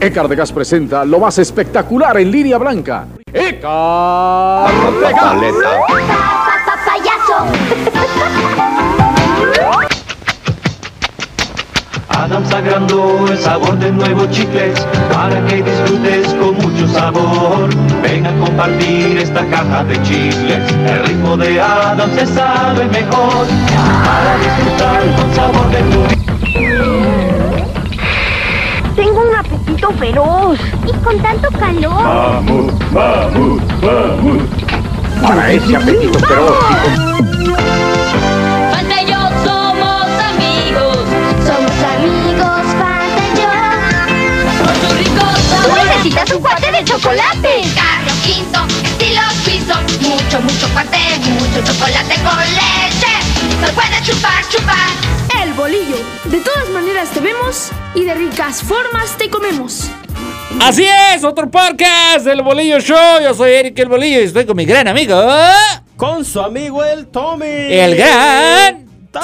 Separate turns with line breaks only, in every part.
Ecardegas presenta lo más espectacular en línea blanca. Ecardegas.
Adam sagrando el sabor de nuevos chicles para que disfrutes con mucho sabor. Ven a compartir esta caja de chicles. El ritmo de Adam se sabe mejor para disfrutar con sabor de tu vida.
Tengo un apetito feroz. Y con tanto calor.
Para ese apetito feroz.
Fanta y yo somos amigos,
Somos amigos, Fanta y yo.
por sus ricos
Tú
sabores.
necesitas un cuate de chocolate.
Carro quinto, estilo suizo, mucho, mucho cuate, mucho chocolate con leche. Se puede chupar, chupar.
El bolillo. De todas maneras te vemos y de ricas formas te comemos.
Así es, otro podcast del Bolillo Show. Yo soy Eric el Bolillo y estoy con mi gran amigo,
Con su amigo el Tommy.
el gran Tommy.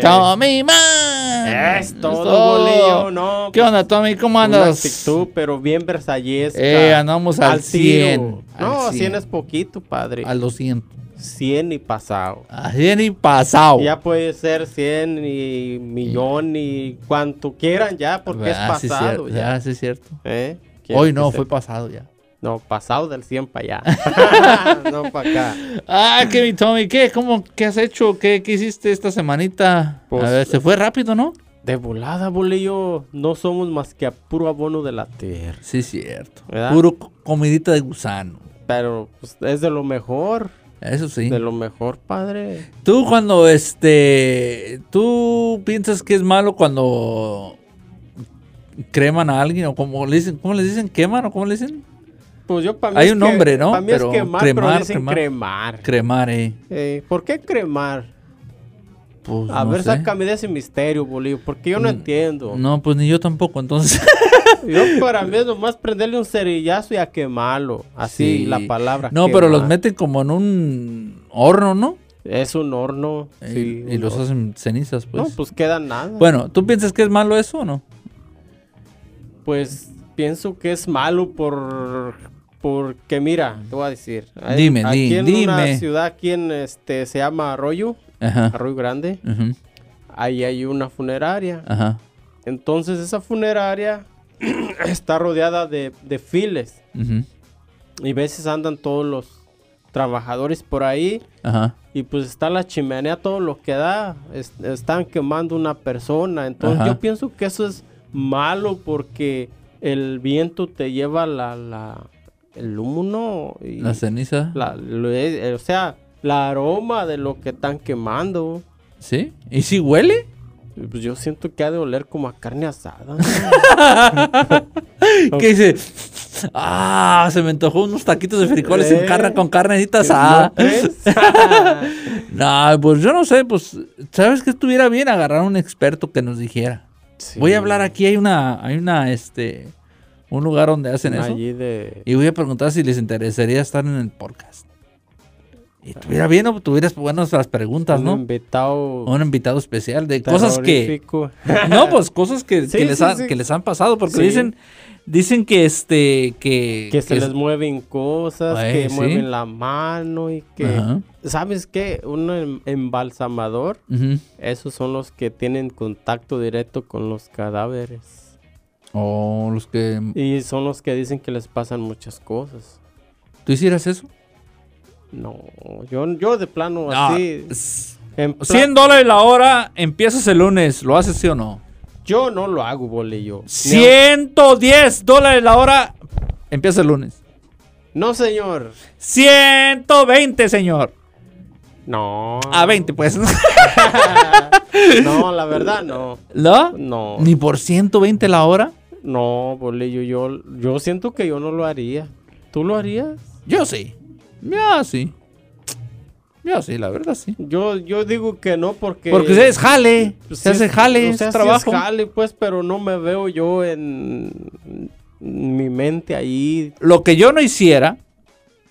Tommy.
Tommy Man.
Es todo, Bolillo, no. pues,
¿Qué onda, Tommy? ¿Cómo
Una
andas?
actitud, pero bien versallesca.
Eh, andamos al 100, al
No, 100.
100
es poquito, padre.
A los 100.
100 y pasado.
Así ni pasado.
Ya puede ser 100 y millón y cuanto quieran ya, porque
Ah,
es
sí,
pasado
cierto,
ya.
ah, sí, es cierto.
¿Eh? Quiero
Hoy
que
no,
se-
fue pasado ya.
No, pasado del 100 para allá. no para acá.
Ah, que mi Tommy, ¿qué? ¿Cómo? ¿Qué has hecho? ¿Qué, qué hiciste esta semanita?
Pues-
a ver, se fue rápido, ¿no?
De volada, bolillo. No somos más que a puro abono de la tierra.
Sí, es cierto.
¿Verdad?
Puro co- comidita de gusano.
Pero pues, es de lo mejor.
Eso sí.
De lo mejor, padre.
Tú cuando este. ¿Tú piensas que es malo cuando creman a alguien? ¿O como le dicen? ¿Cómo les dicen? ¿Queman o cómo le dicen?
Pues yo para
Hay un nombre, ¿no?
Para mí
Pero
es quemar,
cremar,
pero dicen
cremar.
cremar.
Cremar, eh.
Eh, ¿Por qué cremar?
Pues,
A
no
ver,
sé. Mm,
sácame de ese misterio, bolillo. Porque yo no entiendo.
No, pues ni yo tampoco, entonces.
Yo para mí es nomás prenderle un cerillazo y a quemarlo. Así
Sí.
la palabra.
No, pero los
quemar.
meten como en un horno, ¿no?
Es un horno.
Y-
sí,
y
un
los
horno.
hacen cenizas, pues.
No, pues queda nada.
Bueno, ¿tú piensas que es malo eso o no?
Pues pienso que es malo por porque mira, te voy a decir. Hay-
Dime,
aquí
di-
en
dime. Ah.
una ciudad aquí en este se llama Arroyo,
Ajá.
Arroyo Grande.
Ujú,
Ahí hay una funeraria.
Ajá.
Entonces esa funeraria está rodeada de, de files
ujú,
y veces andan todos los trabajadores por ahí
Ajá.
y pues está la chimenea todo lo que da, es- están quemando una persona. Entonces
Ajá.
yo pienso que eso es malo porque el viento te lleva la, la el humo ¿no? y
La ceniza.
la- lo- eh, o sea, la aroma de lo que están quemando.
¿Sí? ¿Y si huele?
Y, Pues yo siento que ha de oler como a carne asada.
¿Qué dice? Ah, se me antojó unos taquitos de frijoles en
Eh.
carne con carnecita asada.
¿No crees?
No, pues yo no sé, pues, ¿sabes que estuviera bien agarrar a un experto que nos dijera?
Sí.
Voy a hablar aquí, hay una, hay una, este, un lugar donde hacen eso.
Allí de...
Y voy a preguntar si les interesaría estar en el podcast. Y estuviera bien o tuvieras buenas las preguntas,
un
¿no?
invitado
Un invitado especial de cosas que...
terrorífico.
No, pues cosas que,
Sí,
que les,
sí,
han-
sí.
que les han pasado, porque
Sí.
dicen, dicen que este, que...
que se
que-
les mueven cosas,
Ay,
que
sí.
mueven la mano y que...
Ajá.
¿Sabes qué? Un em- embalsamador,
Ujú.
esos son los que tienen contacto directo con los cadáveres.
O los que...
Y son los que dicen que les pasan muchas cosas.
¿Tú hicieras eso?
No, yo, yo de plano
Ah,
así...
s-
en pla-
100 dólares la hora, empiezas el lunes, ¿lo haces sí o no?
Yo no lo hago, bolillo. Ni a-
110 dólares la hora, empieza el lunes.
No, señor.
120, señor.
No.
A 20, pues.
No, la verdad no.
¿No?
No.
¿Ni por 120 la hora?
No, bolillo, yo, yo siento que yo no lo haría. ¿Tú lo harías?
Yo sí. Yo sí. Yo sí, la verdad sí.
Yo, yo digo que no porque...
Porque ustedes jale.
pues,
se
sí
hace
es-
jale,
o sea,
es
sí
trabajo.
jale, pues, pero no me veo yo en, en mi mente ahí.
Lo que yo no hiciera,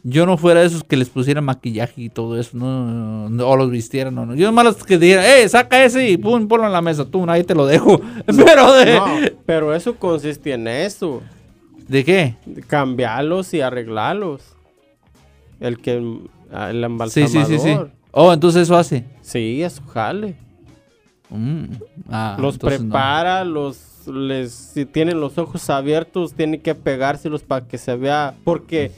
yo no fuera de esos que les pusieran maquillaje y todo eso, no, no, no, o los vistieran, no, no. Yo nomás los que dijera, eh, saca ese y pum, ponlo en la mesa, tú, ahí te lo dejo. Pero de,
No, pero eso consiste en eso.
¿de qué?
de Cambiarlos y arreglarlos. El que... El
Sí, sí,
embalsamador.
sí, sí. Oh, entonces eso hace.
Sí, eso jale.
Mm, ah,
los
entonces no.
prepara, los les si tienen los ojos abiertos, tienen que pegárselos para que se vea porque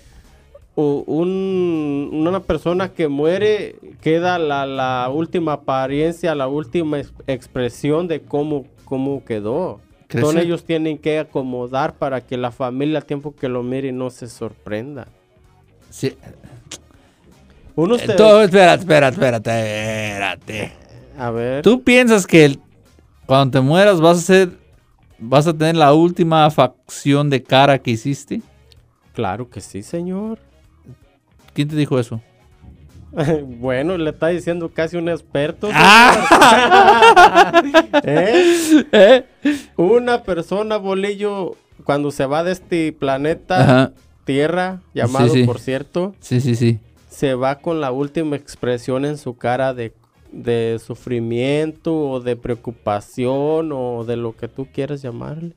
u- un- una persona que muere queda la, la última apariencia, la última ex- expresión de cómo cómo quedó.
¿Crees
Entonces
que-
ellos tienen que acomodar para que la familia a tiempo que lo mire no se sorprenda.
Sí.
Uno se-
Entonces, espérate, espérate, espérate, espérate.
a ver.
¿Tú piensas que el- cuando te mueras vas a ser, vas a tener la última facción de cara que hiciste?
Claro que sí, señor.
¿Quién te dijo eso?
bueno, le está diciendo casi un experto.
¡Ah!
¿Eh?
¿Eh?
Una persona, bolillo, cuando se va de este planeta
Ajá.
Tierra, llamado
Sí, sí.
por cierto,
Sí, sí, sí.
se va con la última expresión en su cara de, de sufrimiento o de preocupación o de lo que tú quieras llamarle.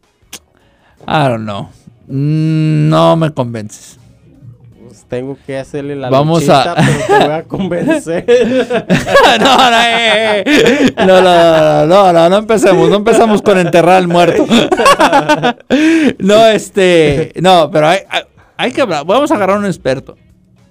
I don't know. Mm, No me convences.
Pues tengo que hacerle la
Vamos
luchita,
a-
pero te voy a convencer.
no, no, eh, eh. no, no, no, no, no, no, no empecemos, no empezamos con enterrar al muerto. no, este, no, pero hay, hay- hay que hablar, vamos a agarrar un experto.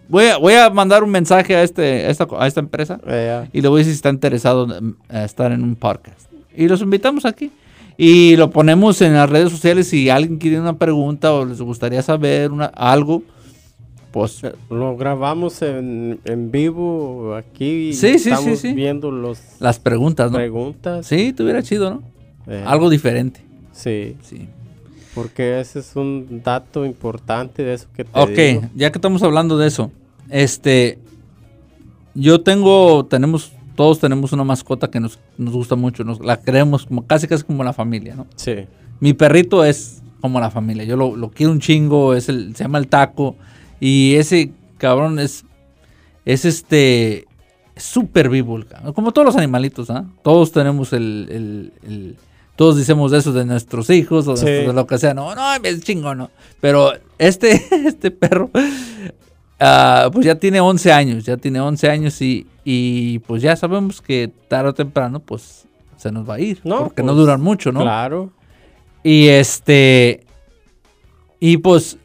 Voy a, voy a mandar un mensaje a, este, a, esta, a esta empresa
Eh,
y le voy a decir si está interesado en eh, estar en un podcast. Y los invitamos aquí. Y lo ponemos en las redes sociales si alguien quiere una pregunta o les gustaría saber una, algo, pues
lo grabamos en, en vivo aquí. y
Sí, sí, sí,
estamos
sí.
viendo las
las preguntas, ¿no?
preguntas.
Sí, estuviera chido, ¿no?
Eh,
Algo diferente.
Sí.
Sí.
Porque ese es un dato importante de eso que te
Ok,
digo.
ya que estamos hablando de eso, este, yo tengo, tenemos, todos tenemos una mascota que nos, nos gusta mucho, nos, la creemos como, casi casi como la familia, ¿no?
Sí.
Mi perrito es como la familia, yo lo, lo quiero un chingo, es el, se llama el taco, y ese cabrón es, es este, súper vivo, el cabrón, como todos los animalitos, ¿ah? Todos tenemos el, el- el- todos decimos eso de nuestros hijos o de,
Sí.
nuestros- de lo que sea, no, no, es chingón, no. Pero este, este perro, ah, pues ya tiene 11 años, ya tiene 11 años y, y pues ya sabemos que tarde o temprano, pues se nos va a ir,
No,
porque no
pues,
duran mucho, ¿no?
Claro.
Y este. Y pues.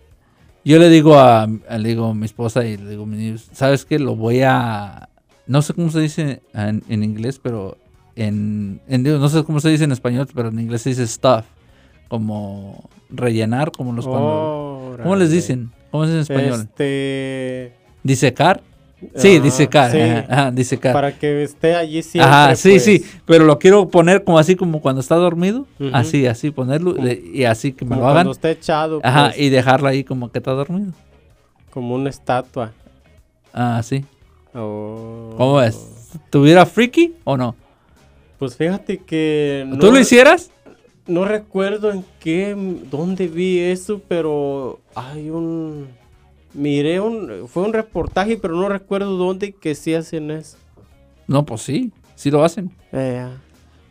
Yo le digo a, a- le digo a mi esposa y le digo a mis niños, ¿sabes qué? Lo voy a. No sé cómo se dice en, en inglés, pero. En, en- digo, no sé cómo se dice en español, pero en inglés se dice stuff. Como rellenar, como los cuando. ¿Cómo les
Oh, Órale.
dicen? ¿Cómo se dice en español?
Este.
¿Disecar? Sí,
ah,
disecar.
sí.
ajá, ajá, disecar.
Para que esté allí siempre.
Ajá, sí,
pues.
sí, pero lo quiero poner como así, como cuando está dormido,
Ujú.
así, así ponerlo
Como-
le- y así que me
Como
lo hagan.
cuando esté echado.
Ajá,
pues,
y dejarla ahí como que está dormido.
Como una estatua.
Ah, sí.
Oh.
¿Cómo es? ¿Tuviera freaky o no?
Pues fíjate que.
¿Tú lo hicieras?
No recuerdo en qué, dónde vi eso, pero hay un. Miré un. Fue un reportaje, pero no recuerdo dónde que sí hacen eso.
No, pues sí, sí lo hacen.
Eh,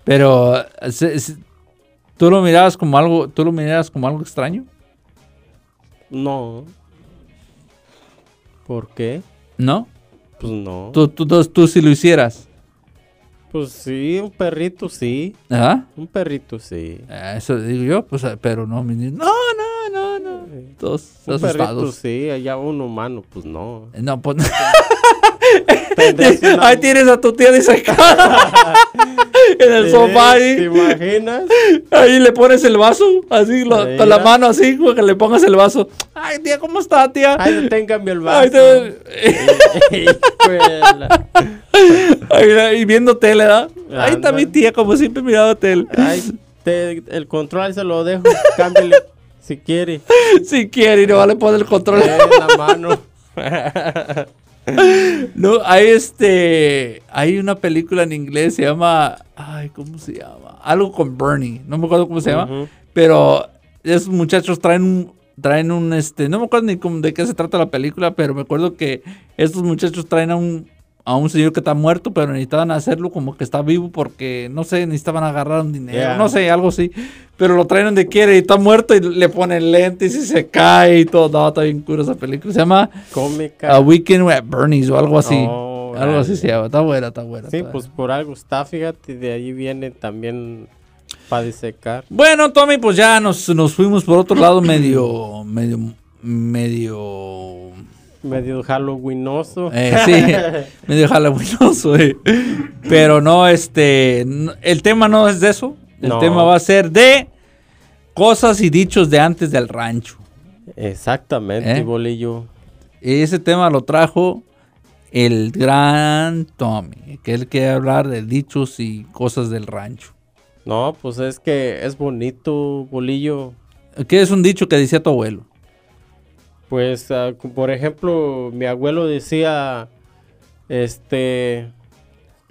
Pero eh, se- se- tú lo mirabas como algo, tú lo mirabas como algo extraño?
No. ¿Por qué?
¿No?
Pues no.
Tú tú tú, tú si lo hicieras.
Pues sí, un perrito sí.
Ajá.
Un perrito sí.
Eh, Eso digo yo, pues eh, pero no, mis niños, No, no, no, no. Todos
Un perrito
asustados.
sí, allá un humano, pues no.
No, pues
Tendrías una-
Ahí tienes a tu tía disecada en el
Eh,
sofá.
¿Te
Ahí,
imaginas?
ahí le pones el vaso, así lo-
Ahí,
con la
ya.
mano, así como que le pongas el vaso. Ay, tía, ¿cómo está, tía?
Ay, deténgame el
Ay,
vaso.
te-
Hijuela.
Ay, y viendo tele, ¿verdad? Ahí está
Ándale.
mi tía, como siempre mirando tele.
Ay, te- el control se lo dejo. Cámbiale si quiere.
Si quiere, y no vale poner el control.
Eh, la mano.
No, hay este. Hay una película en inglés, se llama. Ay, ¿cómo se llama? Algo con Bernie. No me acuerdo cómo se llama.
Ujú.
Pero esos muchachos traen un, traen un, este, no me acuerdo ni cómo- de qué se trata la película, pero me acuerdo que estos muchachos traen a un, a un señor que está muerto, pero necesitaban hacerlo como que está vivo porque, no sé, necesitaban agarrar un dinero,
Yeah.
no sé, algo así. Pero lo traen donde quiere y está muerto y le ponen lentes y se cae y todo. No, está bien cura esa película. Se llama
Cómica.
A Weekend at Bernie's o algo así.
Oh,
algo así
órale.
se llama. Está buena, está buena.
Sí,
está
pues por algo está, fíjate, de ahí viene también para disecar.
Bueno, Tommy, pues ya nos, nos fuimos por otro lado medio, medio, medio...
Medio halloweenoso.
eh, sí, medio halloweenoso, eh. Pero no, este, no- el tema no es de eso. El
No.
tema va a ser de cosas y dichos de antes del rancho.
Exactamente,
¿Eh?
bolillo.
Ese tema lo trajo el gran Tommy, que él quiere hablar de dichos y cosas del rancho.
No, pues es que es bonito, bolillo.
¿Qué es un dicho que decía tu abuelo?
Pues, ah, cu- por ejemplo, mi abuelo decía, este,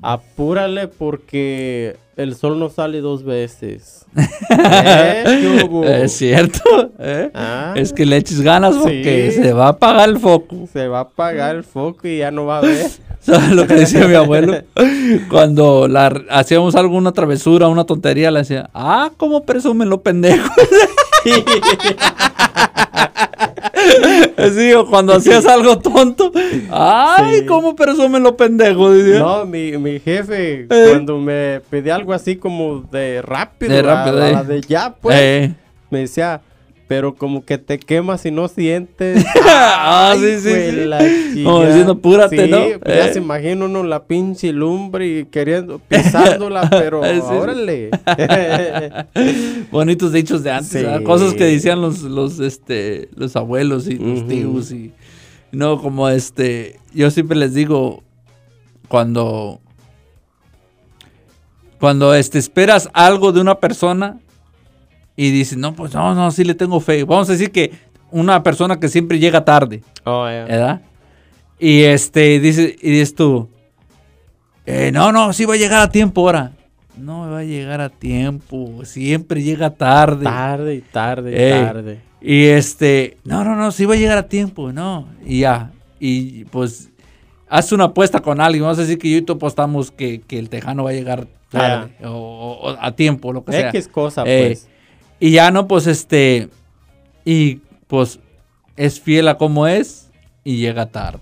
apúrale porque el sol no sale dos veces. ¿Eh? ¿Qué hubo?
Es cierto. ¿eh?
Ah,
Es que le eches ganas porque
Sí.
se va a apagar el foco.
Se va a apagar el foco y ya no va a haber.
¿Sabes lo que decía mi abuelo? Cuando la, hacíamos alguna travesura, una tontería, le decía, ah, ¿cómo presumen los pendejos? Sí, o cuando hacías algo tonto, ay,
Sí.
¿cómo presumen los pendejos? Decía.
No, mi, mi jefe,
Eh.
cuando me pedía algo así como de rápido,
De
de
rápido,
la,
eh.
la de ya, pues,
Eh.
me decía, pero como que te quemas y no sientes.
Ah,
Ay,
sí, sí,
güey,
sí.
la
Como
chica.
diciendo, apúrate,
Sí,
¿no?
pues Ya
Eh.
se imagina uno la pinche lumbre y queriendo, pisándola, pero
Sí, sí.
órale.
Bonitos dichos de antes,
Sí.
¿verdad? cosas que decían los, los, este, los abuelos y los
Ujú.
tíos y no como este, yo siempre les digo cuando cuando este esperas algo de una persona y dices no pues no no sí le tengo fe, vamos a decir que una persona que siempre llega tarde,
Oh, ya.
¿verdad? Y este, dice, y dices tú, eh, no, no, sí va a llegar a tiempo ahora. No me va a llegar a tiempo, siempre llega tarde.
Tarde y tarde y
Ey.
tarde.
Y este, no, no, no, sí va a llegar a tiempo, no. Y ya, y pues, haz una apuesta con alguien, vamos a decir que yo y tú apostamos que, que el tejano va a llegar tarde, o, o- o a tiempo, lo Ah. que sea.
X cosa,
Ey.
pues.
Y ya no, pues este. Y pues es fiel a como es y llega tarde.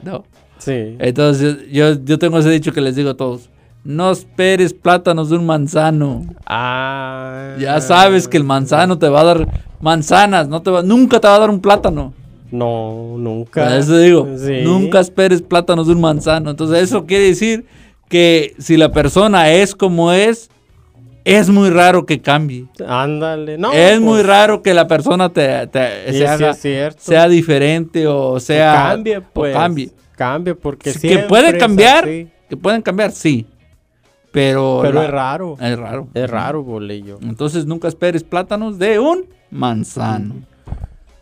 ¿No?
Sí.
Eh. Entonces yo, yo tengo ese dicho que les digo a todos. No esperes plátanos de un manzano.
Ah.
Ya sabes que el manzano te va a dar manzanas, no te va, nunca te va a dar un plátano.
No, nunca.
Por eso digo,
Sí.
nunca esperes plátanos de un manzano. Entonces eso quiere decir que si la persona es como es, es muy raro que cambie.
Ándale. No,
es
pues,
muy raro que la persona te, te-
Sí,
se
sí
haga-
es cierto.
sea diferente o
que
sea
cambie,
o
pues.
cambie.
Cambie, porque
Sí, que
siempre
pueden
es
cambiar,
así,
que pueden cambiar, sí. Pero,
Pero
la-
es raro.
es raro.
Es raro, bolillo.
Entonces nunca esperes plátanos de un manzano.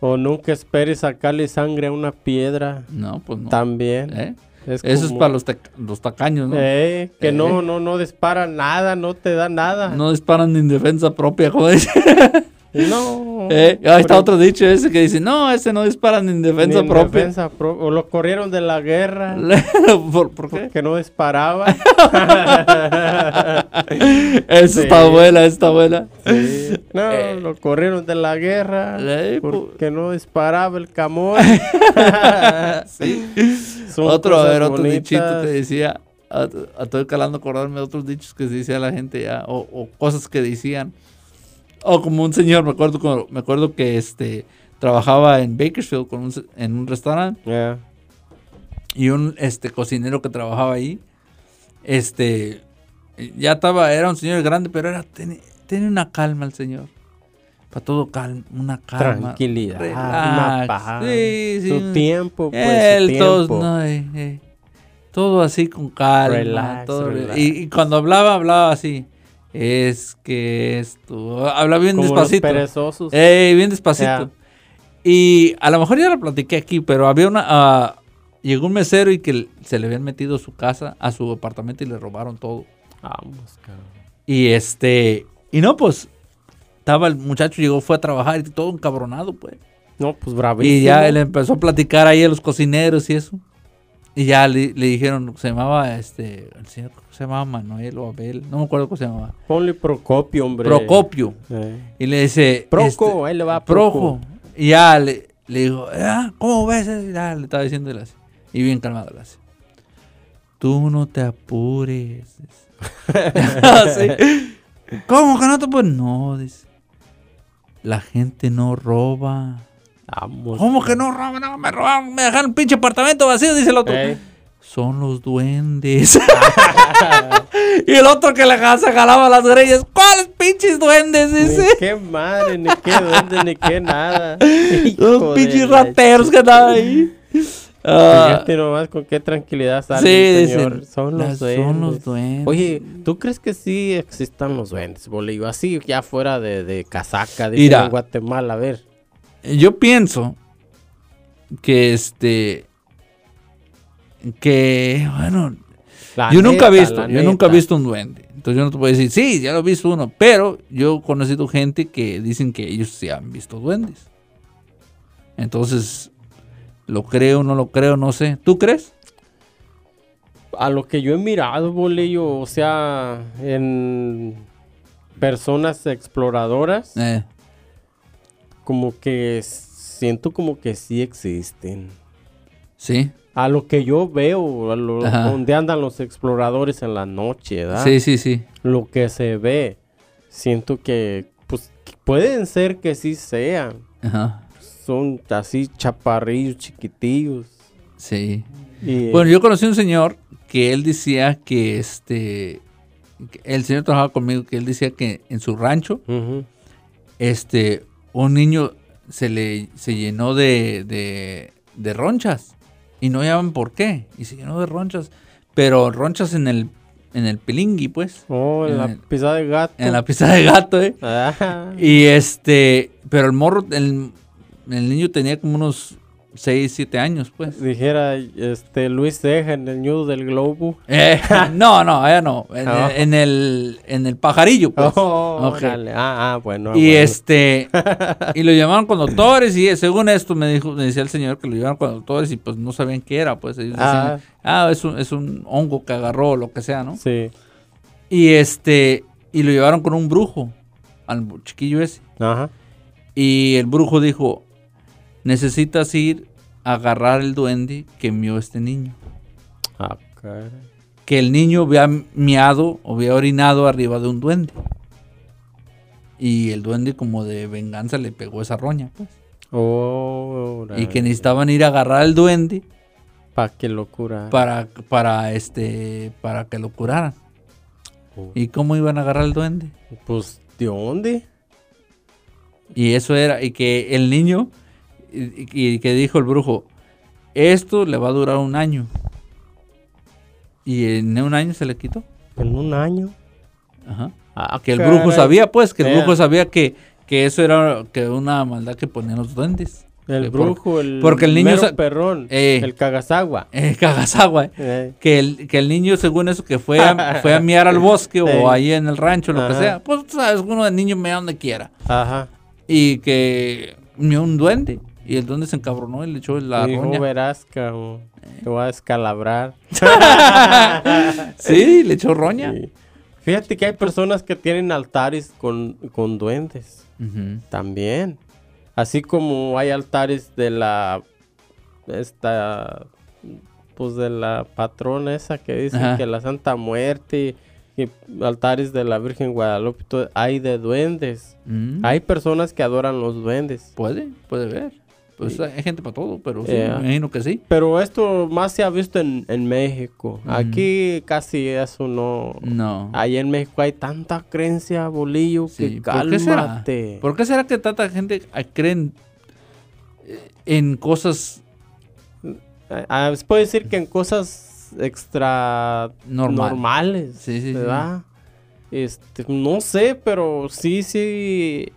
O nunca esperes sacarle sangre a una piedra.
No, pues no.
También.
¿Eh?
Es
Eso es
como-
para los, tac- los tacaños, ¿no?
Eh, que
Eh.
no, no, no dispara nada, no te da nada. No.
No disparan en defensa propia, joder. Eh, Ahí está
Pero-
otro dicho ese que dice, no, ese no disparan en
ni
defensa
en
propia.
defensa pro- o lo corrieron de la guerra.
¿Por, por qué?
Que no disparaba.
Eso
Sí.
está buena, eso está buena.
Sí. No,
Eh.
lo corrieron de la guerra.
Eh, pu-
porque no disparaba el camón. Son
Otro, a
cosas
ver, otro dichito
bonitas.
te decía. a- a- Estoy calando acordarme de otros dichos que se decía la gente ya, o, o cosas que decían. O como un señor, me acuerdo, como- me acuerdo que este, trabajaba en Bakersfield con un se- en un restaurante
Ya.
y un este, cocinero que trabajaba ahí, este, ya estaba, era un señor grande, pero era, tiene, tiene una calma el señor. Para todo calma, una calma.
Tranquilidad.
relax,
una paz,
sí, sí,
Su
un-
tiempo, pues. su
el tos,
tiempo.
no, eh, eh. todo así con calma.
Relax,
todo-
relax.
Y, y cuando hablaba, hablaba así. Es que esto. Hablaba bien
Como los
despacito. Eh.
perezosos.
Ey, bien despacito.
Ya.
Y a lo mejor ya lo platiqué aquí, pero había una. ah, llegó un mesero y que l- se le habían metido a su casa, a su apartamento y le robaron todo.
Vamos, cabrón.
Y este. Y no, pues. Estaba el muchacho, llegó, fue a trabajar y todo encabronado, pues.
No, pues bravísimo.
Y ya él em- empezó a platicar ahí a los cocineros y eso. Y ya le, le dijeron, se llamaba este, el señor creo que se llamaba Manuel o Abel, no me acuerdo cómo se llamaba.
Ponle Procopio, hombre.
Procopio.
Eh.
Y le dice,
Proco,
este,
ahí le va
Projo.
Proco.
Y ya le, le dijo, "Ah, ¿cómo ves? Y ya le estaba diciendo el así. Y bien calmado el así. Tú no te apures. Así. ¿Cómo que no te apures? No, dice. La gente no roba.
Vamos.
Pues, ¿Cómo que no roban? No, me robaron, me dejaron un pinche apartamento vacío, dice el otro.
Eh.
Son los duendes. y el otro que le ja- se jalaba las greñas. ¿Cuáles pinches duendes? Dice.
Ni qué madre, ni qué duende, ni qué nada.
Los
Hijo de
pinches
la Pues
rateros que andaban ahí. Ah,
Fíjate nomás con qué tranquilidad sale
sí,
el
dicen.
señor. Son
"La-
los, duendes.
son los duendes.
Oye, ¿tú crees que sí existan los duendes, Bolillo? Así ya fuera de, de casaca, de
Mira.
en Guatemala, a ver.
yo pienso que este. Que, bueno,
La
yo nunca he
neta,
visto,
la
yo nunca he
neta.
visto un duende. Entonces yo no te puedo decir, sí, ya lo he visto uno, pero yo he conocido gente que dicen que ellos sí han visto duendes. Entonces, lo creo, no lo creo, no sé. ¿Tú crees?
A lo que yo he mirado, Bolillo, o sea, en personas exploradoras,
Eh,
como que siento como que sí existen.
sí,
A lo que yo veo, a lo-
Ajá.
donde andan los exploradores en la noche, ¿verdad?
sí, sí, sí.
Lo que se ve, siento que, pues, que pueden ser que sí sean.
Ajá,
Son así chaparrillos, chiquitillos.
sí.
Y,
Bueno, yo conocí a un señor que él decía que este. que El señor trabajaba conmigo, que él decía que en su rancho
Ujú.
este, un niño se le se llenó de, de, de ronchas y no llaman por qué y se llenó de ronchas, pero ronchas en el en el pilingui pues,
Oh, en la
en-
pizza de gato.
en la pizza de gato, eh.
Ah,
Y este, pero el morro el, el niño tenía como unos 6, 7 años, pues.
dijera este Luis Ceja en el News del Globo.
Eh, no, no, allá no, en,
Ah.
en el en el pajarillo, pues.
Oh,
Ok.
órale. Ah, ah, bueno. ah,
Y
bueno.
este, y lo llamaron con doctores y eh, según esto me dijo, me decía el señor que lo llevaron con doctores y pues no sabían qué era, pues ellos
Ah.
decían, ah, es un, es un hongo que agarró o lo que sea, ¿no?
Sí.
Y este, y lo llevaron con un brujo, al bu- chiquillo ese,
Ajá.
y el brujo dijo, necesitas ir a agarrar el duende que mió este niño,
Ah, caray.
que el niño había miado o había orinado arriba de un duende. Y el duende como de venganza le pegó esa roña, pues.
Oh,
y que necesitaban ir a agarrar al duende
Para que lo curara.
para, para, este, para que lo curaran.
Oh.
¿Y cómo iban a agarrar al duende?
Pues, ¿de dónde?
Y eso era, y que el niño, y, y que dijo el brujo, esto le va a durar un año. Y en un año se le quitó.
En un año.
Ajá.
Ah,
Que el
caray.
brujo sabía, pues, que el
Ea.
brujo sabía que, que eso era que una maldad que ponían los duendes.
El
Que Eh, por-
brujo, el.
porque el niño
mero
sa-
perrón.
Eh.
El cagasagua.
Eh, Kagasawa, eh.
Eh,
que el, que el niño, según eso, que fue a, fue a miar al bosque
Sí.
o ahí en el rancho, lo que
Ajá.
sea. Pues tú sabes, uno de niño mea donde quiera.
Ajá.
Y que mió un duende. Y el duende se encabronó y le echó la Eh.
Dijo,
roña.
verás, cabrón, Te voy a descalabrar.
Sí, le echó roña.
Sí. Fíjate que hay personas que tienen altares con, con duendes
Ujú.
también. Así como hay altares de la esta pues de la patrona esa que dice
Ajá.
que la Santa Muerte y altares de la Virgen Guadalupe todo- hay de duendes.
Mm.
Hay personas que adoran los duendes.
Puede, puede ver. Pues hay gente para todo, pero sí,
Ea.
me imagino que sí.
Pero esto más se ha visto en, en México.
Mm.
Aquí casi eso no.
No.
Allá en México hay tanta creencia, bolillo,
Sí,
que
¿Por qué será?
cálmate.
¿Por qué será que tanta gente ah, creen eh, en cosas
Ah, ah, se puede decir que en cosas extra
Normal.
normales,
Sí, sí, sí.
¿verdad? Este, no sé, pero sí, sí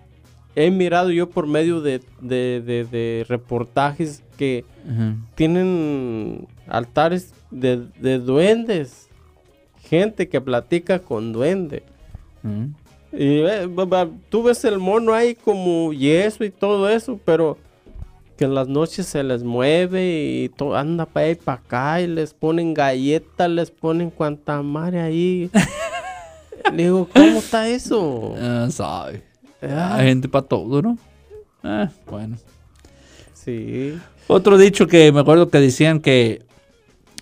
he mirado yo por medio de, de- de- de reportajes que
Ujú.
tienen altares de, de duendes, gente que platica con duende.
Mm.
Y eh, ba- ba- tú ves el mono ahí como yeso y todo eso, pero que en las noches se les mueve y to- anda para allá y para acá y les ponen galletas, les ponen cuanta madre ahí. Le digo, ¿cómo está eso?
Ah, sabe.
Ah,
Hay gente para todo, ¿no? Ah, bueno.
sí.
Otro dicho que me acuerdo que decían que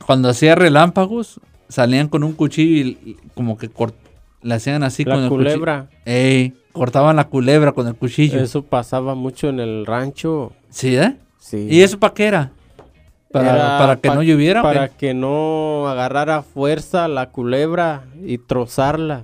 cuando hacía relámpagos salían con un cuchillo y y como que cort- le hacían así con
La
el
culebra.
cuchillo. Ey, cortaban la culebra con el cuchillo.
Eso pasaba mucho en el rancho.
¿Sí, eh?
Sí.
¿Y eso para qué era? ¿Para,
Era
para que
pa-
no lloviera? o
Para
qué?
que no agarrara fuerza la culebra y trozarla.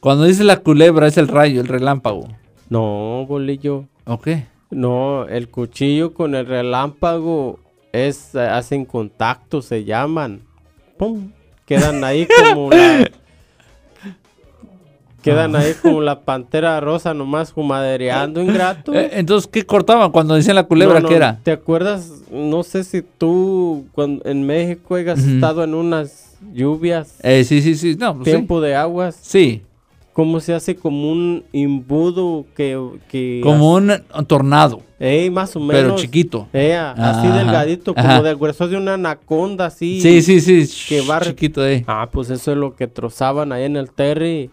Cuando dice la culebra es el rayo, el relámpago.
No, bolillo.
¿Ok?
No, el cuchillo con el relámpago es, hacen contacto, se llaman. ¡Pum! Quedan ahí como la... Quedan ahí como la pantera rosa nomás jumadereando ingrato.
Ah. Eh, entonces, ¿qué cortaban cuando decían la culebra
No, no,
que era?
¿Te acuerdas? No sé si tú cuando, en México hayas
Ujú.
estado en unas lluvias,
Eh, sí, sí, sí. No, pues sí.
tiempo de aguas.
Sí,
¿Cómo se hace como un embudo que... que
como un un tornado,
Ey, más o menos.
pero chiquito.
Eh, a- así
Ajá,
delgadito,
ajá.
como del gruesor de una anaconda, así.
Sí, sí, sí.
que barre-
Chiquito ahí.
Ah, pues eso es lo que trozaban ahí en el terry.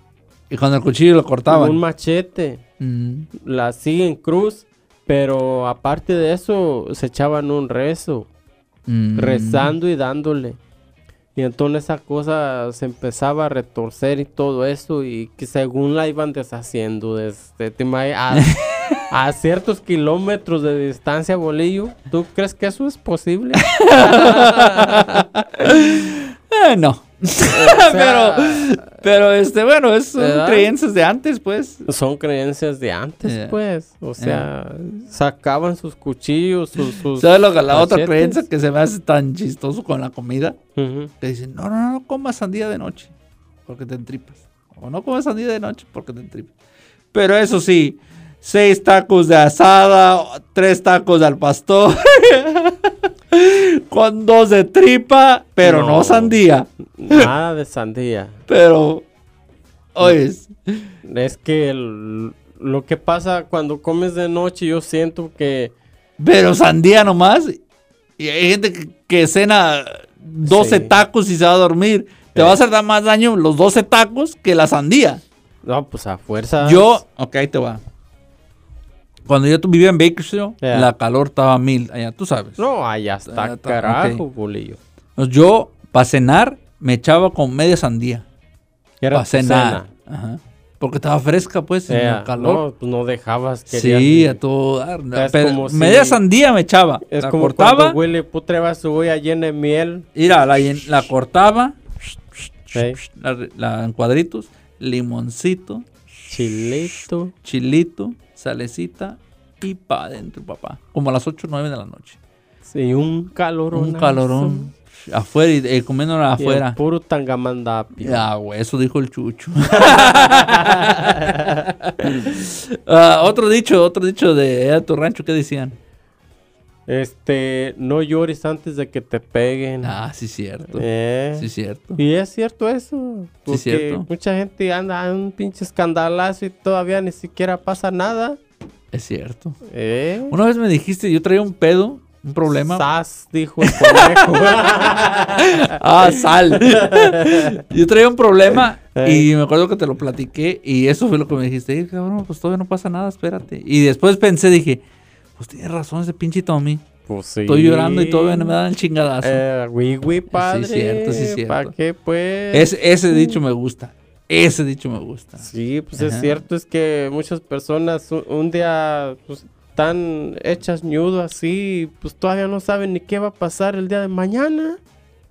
Y con el cuchillo lo
Con
cortaban.
un machete,
Mm.
la así en cruz, pero aparte de eso, se echaban un rezo,
Mm.
rezando y dándole. Y entonces esa cosa se empezaba a retorcer y todo eso, y que según la iban deshaciendo desde, te imagi- eh, a, a ciertos kilómetros de distancia, Bolillo. ¿Tú crees que eso es posible?
Eh, no.
O sea,
pero, pero este, bueno, es son
¿Verdad?
creencias de antes, pues.
Son creencias de antes,
Yeah.
pues. O sea, sacaban sus cuchillos, sus. sus
¿Sabes lo que la otra
machetes?
creencia que se me hace tan chistoso con la comida?
Ujú.
Te dicen, no, no, no comas sandía de noche porque te entripas. O no comas sandía de noche porque te entripas. Pero eso sí, seis tacos de asada, tres tacos al pastor, con dos de tripa, pero no,
No.
sandía.
Nada de sandía.
Pero, oyes,
Es que el- lo que pasa cuando comes de noche, yo siento que.
pero sandía nomás. Y hay gente que, que cena 12
Sí.
tacos y se va a dormir. Te
Sí.
va a hacer más daño los 12 tacos que la sandía.
No, pues a fuerza.
Yo, ok, ahí te va. Cuando yo tu- vivía en Bakersfield,
Yeah.
la calor estaba a mil allá, tú sabes.
No, allá
Ah,
está,
está-
carajo,
ok.
bolillo.
Entonces, Yo, para cenar, me echaba con media sandía.
Era
Para
tu
cenar.
cena.
Ajá. Porque estaba fresca, pues, en
Eh,
el calor.
No, pues no dejabas que.
sí, a todo dar.
Es
Pero
como si-
media sandía me echaba.
Es
la
como
cortaba.
cuando huele putre va su olla llena de miel.
Mira, la, llen- la cortaba.
Sí.
La, re- la- en cuadritos. Limoncito,
Chilito.
chilito, salecita y pa' adentro, papá. Como a las 8 o 9 de la noche.
Sí, un calorón.
Un calorón. Afuera, y eh, comiendo
Y el
afuera.
Puro tangamandapio.
Ya, güey, eso dijo el chucho. Ah, otro dicho, otro dicho de eh, tu rancho, ¿qué decían?
Este, no llores antes de que te peguen.
Ah, sí, cierto.
Eh.
Sí, cierto.
Y es cierto eso. Porque
cierto.
mucha gente anda en un pinche escandalazo y todavía ni siquiera pasa nada.
Es cierto.
Eh.
Una vez me dijiste, yo traía un pedo, un problema.
Sas, dijo el conejo.
Ah, sal. Yo traía un problema y
Eh.
me acuerdo que te lo platiqué y eso fue lo que me dijiste. "Eh, cabrón, pues todavía no pasa nada, espérate. Y después pensé, dije, pues tienes razón ese pinche Tommy.
Pues sí.
Estoy llorando y todavía no me dan el chingadazo.
Eh, güey, güey, padre.
cierto, sí, cierto.
¿Para qué, pues?
Ese- ese dicho me gusta. Ese dicho me gusta.
Sí, pues
Ajá.
es cierto, es que muchas personas u- un día pues, están hechas ñudo así, pues todavía no saben ni qué va a pasar el día de mañana.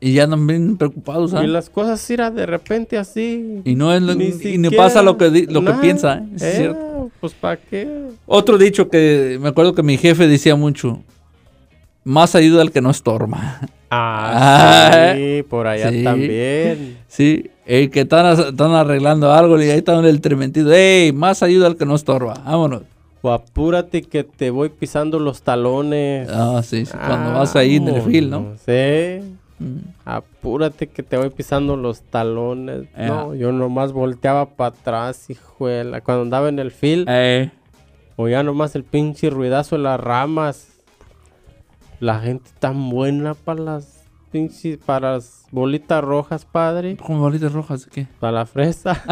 Y ya andan bien preocupados, ¿ah?
Y las cosas irán de repente así.
Y no es lo- y- y ni
siquiera
pasa lo que di- lo que
nada.
piensa, ¿eh? Es
Eh,
cierto.
Pues para qué.
Otro dicho que me acuerdo que mi jefe decía mucho. Más ayuda al que no estorba.
Ah,
Ah,
sí, por allá
sí.
también.
Sí, el que están, as- están arreglando algo y ahí está el trementido. ¡Ey! Más ayuda al que no estorba. Vámonos.
O apúrate que te voy pisando los talones.
Ah, sí, sí, Cuando vas ahí
Ah,
en el fil, ¿no?
Vámonos, Sí.
Mm.
Apúrate que te voy pisando los talones.
Ea.
No, yo nomás volteaba para atrás, hijuela. Cuando andaba en el fil,
Eh,
O ya nomás el pinche ruidazo de las ramas. La gente tan buena para las pinches, para las bolitas rojas, padre.
Como bolitas rojas, ¿qué?
Para la fresa.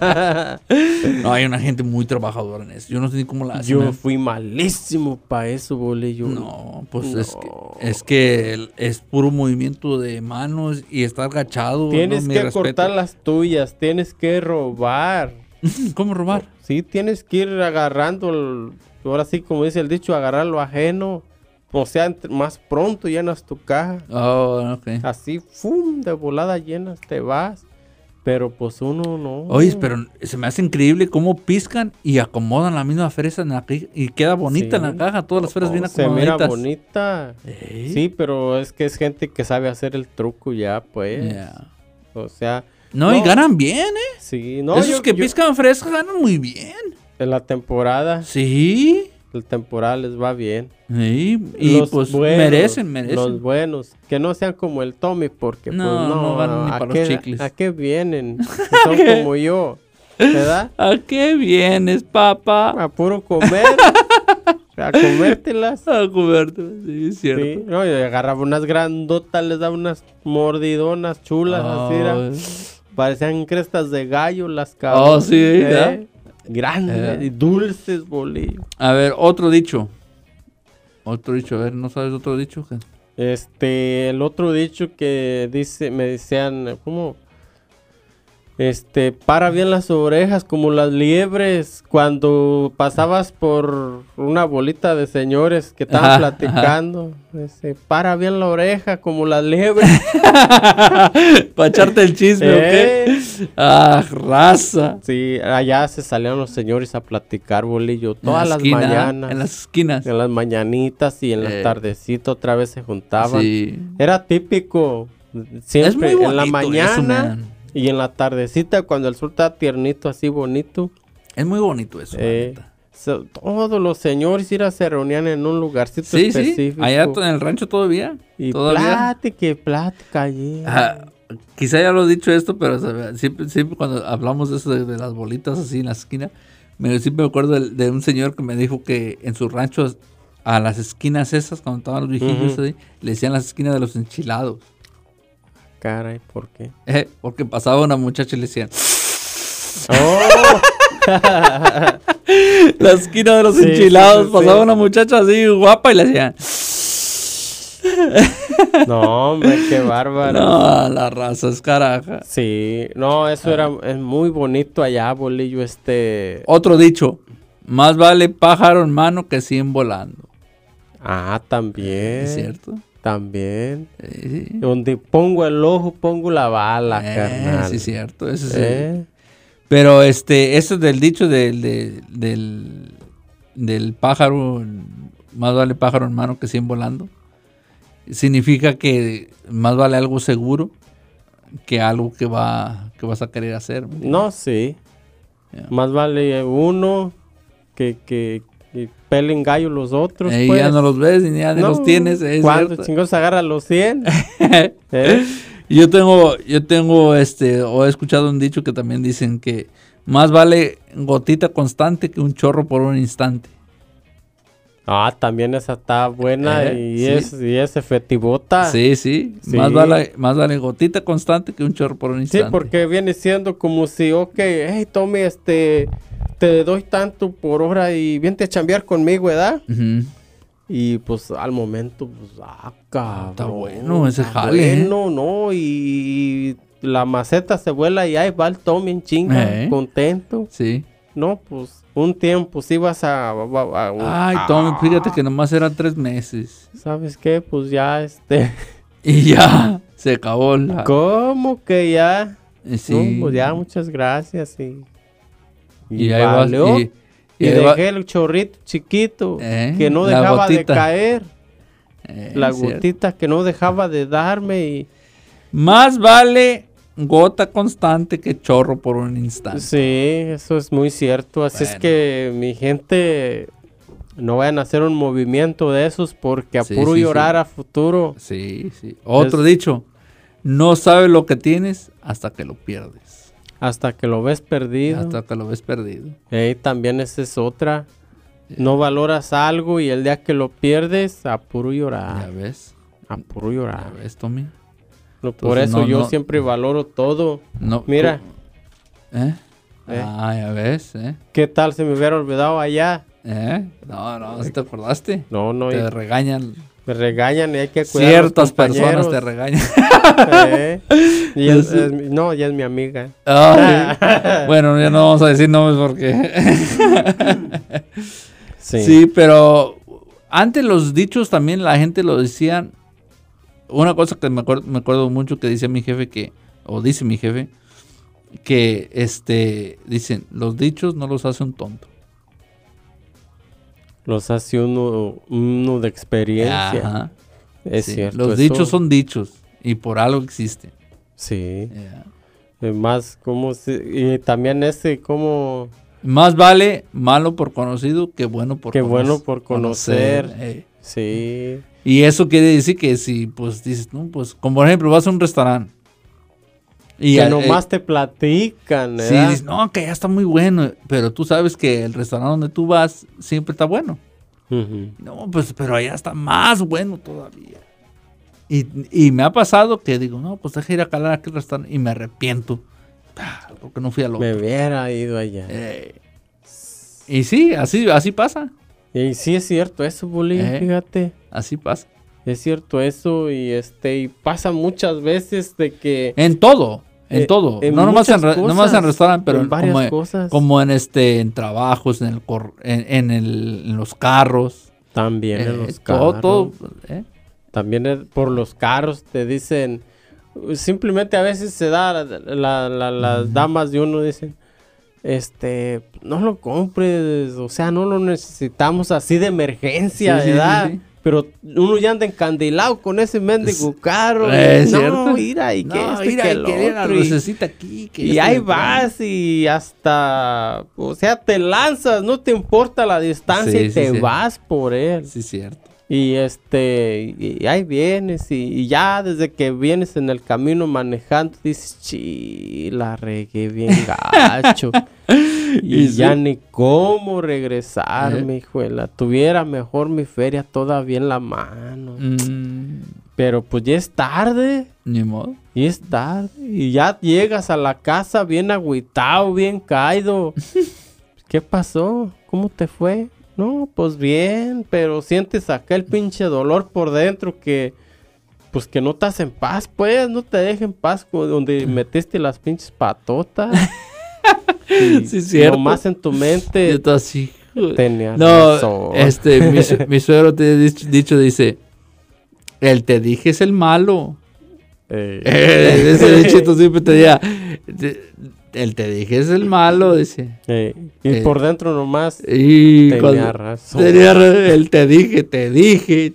No, hay una gente muy trabajadora en eso. Yo no sé ni cómo la hacen.
Yo
¿eh?
fui malísimo para eso, bole. Yo.
No, pues es que,
No.
es que el- es puro movimiento de manos y estar agachado. ¿no?
Tienes
Mi
que
respeto.
cortar las tuyas, tienes que robar.
¿Cómo robar?
Sí, tienes que ir agarrando, el- ahora sí, como dice el dicho, agarrar lo ajeno. O sea, entre- más pronto llenas tu caja. Ah,
Oh, ok.
Así, ¡fum! De volada llenas, te vas. Pero pues uno no.
Oye, pero se me hace increíble cómo piscan y acomodan la misma fresa en la ca- y queda bonita
Sí.
en la caja. Todas las fresas bien
Oh, Se mira
acomodaditas.
bonita. Sí, pero es que es gente que sabe hacer el truco ya, pues.
Yeah.
O sea,
No, y
No.
ganan bien, ¿eh?
sí. No,
Esos
yo-
que
yo-
piscan fresas ganan muy bien.
En la temporada,
Sí.
el temporal les va bien.
Sí, y pues merecen, merecen.
Los buenos. Que no sean como el Tommy, porque
No,
pues no.
no van ni
¿a
para los
qué-
chicles.
¿A qué vienen? Son como yo. ¿Verdad?
¿A Ah, qué vienes, papá?
A puro comer. a comértelas.
A comerte. Ah, Sí, es cierto.
Sí, no, yo agarraba unas grandotas, les daba unas mordidonas chulas, así era. Parecían crestas de gallo las cabras.
Oh, sí, ¿verdad?
Grandes
Eh.
y dulces, bolillo.
Ah, A ver, otro dicho. Otro dicho, a ver, ¿no sabes otro dicho? Ken?
Este, el otro dicho que dice, me decían, ¿cómo? Este, para bien las orejas como las liebres cuando pasabas por una bolita de señores que estaban
Ajá,
platicando. Dice, para bien la oreja como las liebres.
Para echarte el chisme, ¿o qué?
Eh.
Ah, raza.
Sí, allá se salían los señores a platicar, bolillo,
En la
todas las
esquina, ¿eh?
mañanas.
En las esquinas.
en las mañanitas y en las
Eh.
tardecitas otra vez se juntaban.
Sí.
Era típico. Siempre
muy
en la
bonito eso,
mañana
man.
y en la tardecita cuando el sol está tiernito, así bonito.
Es muy bonito eso. la
eh,
neta.
so- todos los señores ir a se reunían en un lugarcito
Sí, sí.
específico.
Allá to- en el rancho todavía.
y
todavía.
plática y plática allí.
Ah, quizá ya lo he dicho esto, pero o sea, siempre, siempre cuando hablamos de eso de, de las bolitas así en la esquina, me, siempre me acuerdo del- de, un señor que me dijo que en su rancho a las esquinas esas, cuando estaban los viejillos
Ujú.
ahí, le decían las esquinas de los enchilados.
Caray, ¿por qué?
Eh, porque pasaba una muchacha y le decían,
¡Oh!
la esquina de los
Sí, sí,
enchilados,
sí,
pasaba
sí.
una muchacha así guapa y le decían,
no, hombre, qué bárbaro.
no, la raza es caraja.
Sí, no, eso
Ah.
era es muy bonito allá, bolillo, este...
Otro dicho, más vale pájaro en mano que 100 volando.
Ah, también.
¿Es cierto?
También.
Sí, sí.
Donde pongo el ojo, pongo la bala,
Eh,
Ah, carnal.
Sí, cierto. Eso sí.
Eh,
Pero este, eso del dicho del, de- del, del pájaro, más vale pájaro en mano que 100 volando, significa que más vale algo seguro que algo que, va, que vas a querer hacer. ¿me entiendes?
No, sí.
Yeah.
Más vale uno que, que, que pelen gallo los otros,
Eh,
pues.
ya no los ves ni ya ni
No,
los tienes. es
¿Cuándo
cierto.
chingos agarra los 100? Eh,
Yo tengo, yo tengo este, o he escuchado un dicho que también dicen que más vale gotita constante que un chorro por un instante.
Ah, también esa está buena
Eh,
y,
sí.
es, y es efectivota.
Sí, sí.
Ah. Sí.
Más, vale, más vale gotita constante que un chorro por un
Sí,
instante.
porque viene siendo como si, ok, hey, Tommy, este, te doy tanto por hora y vente a chambear conmigo, ¿verdad?
Ujú.
Y pues al momento, pues, ah, cabrón.
está bueno ese
está
jale, ¿eh?
Bueno, no, y la maceta se vuela y ahí va el Tommy en chinga,
Eh.
contento.
Sí.
No, pues, un tiempo sí vas a... a- a- a-
Ay, Tommy, fíjate que nomás eran tres meses.
¿Sabes qué? Pues ya, este...
Y ya, se acabó la...
¿Cómo que ya?
Eh,
Sí.
Ah. Sí.
pues ya, muchas gracias y...
Y ahí vas,
valió.
y- y
Y
ahí va-
dejé el chorrito chiquito
Eh,
que no
la
dejaba de
gotita.
caer.
Eh,
La
cierto.
gotita que no dejaba de darme y...
Más vale gota constante que chorro por un instante.
Sí, eso es muy cierto. Así es
Ah, Bueno.
que mi gente no vayan a hacer un movimiento de esos porque a
Sí,
puro
sí,
llorar a futuro.
Sí, sí. Otro dicho, no sabes lo que tienes hasta que lo pierdes.
Hasta que lo ves perdido.
Hasta que lo ves perdido.
Ey, también esa es otra. No valoras algo y el día que lo pierdes, a puro
Ya
llorar.
ves.
A puro
Ya
llorar.
ves, Tommy.
No, por
Entonces,
eso
no,
yo
no.
siempre valoro todo.
No,
Mira,
tú- ¿Eh?
Eh.
Ah, ya ves, ¿eh?
¿qué tal se me hubiera olvidado allá?
¿Eh? No, no, ¿sí te acordaste?
No, no, y
Te regañan.
me regañan y hay que cuidar. a los
Ciertas personas te Pues
compañeros.
regañan.
Eh, y es-
Eso.
es mi- no, ya es mi amiga.
Ay, bueno, ya no vamos a decir nombres porque.
Sí.
Sí, pero antes los dichos también la gente lo decían. Una cosa que me acuerdo, me acuerdo mucho que dice mi jefe que, o dice mi jefe, que este, dicen, los dichos no los hace un tonto.
Los hace uno, uno de experiencia.
Ajá,
Es
sí.
cierto.
los
eso-
dichos son dichos y por algo existen.
Sí.
Ya.
Eh, Más como... se- Y también este, ese como...
Más vale malo por conocido que bueno por
Que
cono-
bueno por conocer.
eh.
Sí.
Y eso quiere decir que si, pues dices, no, pues, como por ejemplo, vas a un restaurante. Y
que
al-
nomás te platican,
Sí,
¿verdad?
dices, no, que ya está muy bueno, pero tú sabes que el restaurante donde tú vas siempre está bueno.
Ujú.
No, pues, pero allá está más bueno todavía. Y, y me ha pasado que digo, no, pues deja ir a calar a aquel restaurante y me arrepiento. Ah, Porque no fui al otro.
Me hubiera ido allá.
Eh, y sí, así, así pasa.
Y sí es cierto eso, Bully,
Eh.
fíjate.
Así pasa.
Es cierto eso y este y pasa muchas veces de que
En todo, en
Eh,
todo.
en
no, nomás en,
muchas
re- nomás en
cosas,
restaurante, pero
en
en-
varias
como, en-
cosas.
como en este, en trabajos, en, el cor- en, en el- en los carros.
también
eh,
en los
todo,
carros,
todo, eh.
también es- por los carros te dicen simplemente a veces se da la- la- la- las damas de uno dicen este no lo compres, o sea, no lo necesitamos así de emergencia,
Sí, sí,
¿verdad?
sí, sí.
Pero uno ya anda encandilado con ese mendigo carro.
Eh,
y,
¿es
no,
cierto?
mira, y que
No,
este,
mira,
que
y
el
que la
otro, y-
lucecita aquí. que
Y
este
ahí
le pone.
vas y hasta, o sea, te lanzas, no te importa la distancia
Sí,
y
sí,
te
sí.
vas por él.
Sí, cierto.
Y este, y ahí vienes y, y ya desde que vienes en el camino manejando dices, chi, la regué bien gacho. y
Y sí.
ya ni cómo regresarme, hijuela. Tuviera mejor mi feria todavía en la mano.
Mm,
Pero pues ya es tarde.
ni modo.
Y es tarde. Y ya llegas a la casa bien agüitado, bien caído. ¿Qué pasó? ¿Cómo te fue? No, pues bien, pero sientes aquel pinche dolor por dentro que... Pues que no estás en paz, pues. No te dejes en paz con- donde metiste las pinches patotas. Y
Sí, cierto.
Nomás en tu
Yo
mente
todo así.
tenías
No,
razón.
este, mi, su- mi suegro te ha dicho, dicho, dice, el te dije es el malo.
Eh,
Eh, ese bichito siempre te decía, "Te- el te dije es el malo, dice.
eh, y
eh,
por dentro nomás...
Y
Tenía
cuando-
razón.
tenía ra- el te dije, te dije.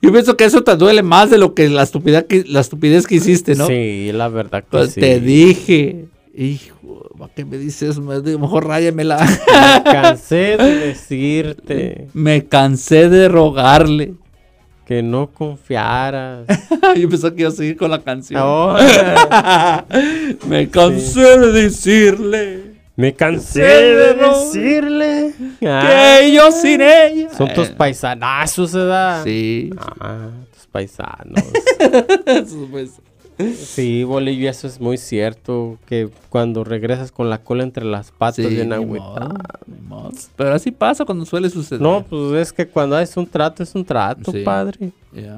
Yo pienso que eso te duele más de lo que la estupidez que, la estupidez que hiciste, ¿no?
Sí, la verdad que
Cuando
sí.
Te dije, hijo, ¿para qué me dices? Me- A lo mejor ráyamela.
Me cansé de decirte
me cansé de rogarle.
que no confiaras.
Yo pensé que iba a seguir con la canción.
Ah, Ahora
me cansé de decirle
me cansé de decirle ah,
que yo sin ella.
son tus Ah,
Eh,
paisanazos, ¿verdad?
Sí,
Ah, tus paisanos.
eso, pues.
sí, Bolivia, eso es muy cierto. Que cuando regresas con la cola entre las patas,
Sí,
bien
ni
agüitado.
modo, ni modo. Pero así pasa cuando suele suceder.
No, pues es que cuando es un trato, es un trato,
Sí.
padre.
Ya.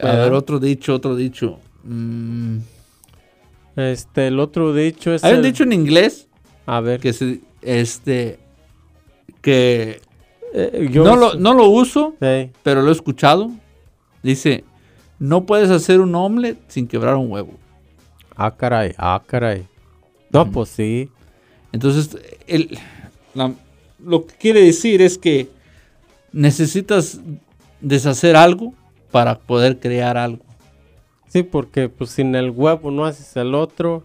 A
¿Verdad?
ver, otro dicho, otro dicho. Mm,
Este, el otro dicho es.
Hay un
el-
dicho en inglés
A ver,
que se, este que
eh, yo.
no lo, no lo uso,
Ey,
pero lo he escuchado. Dice, no puedes hacer un omelette sin quebrar un huevo.
Ah, caray, ah, caray. No, pues sí.
Entonces, el- la- lo que quiere decir es que necesitas deshacer algo para poder crear algo.
Sí, porque pues sin el huevo no haces el otro.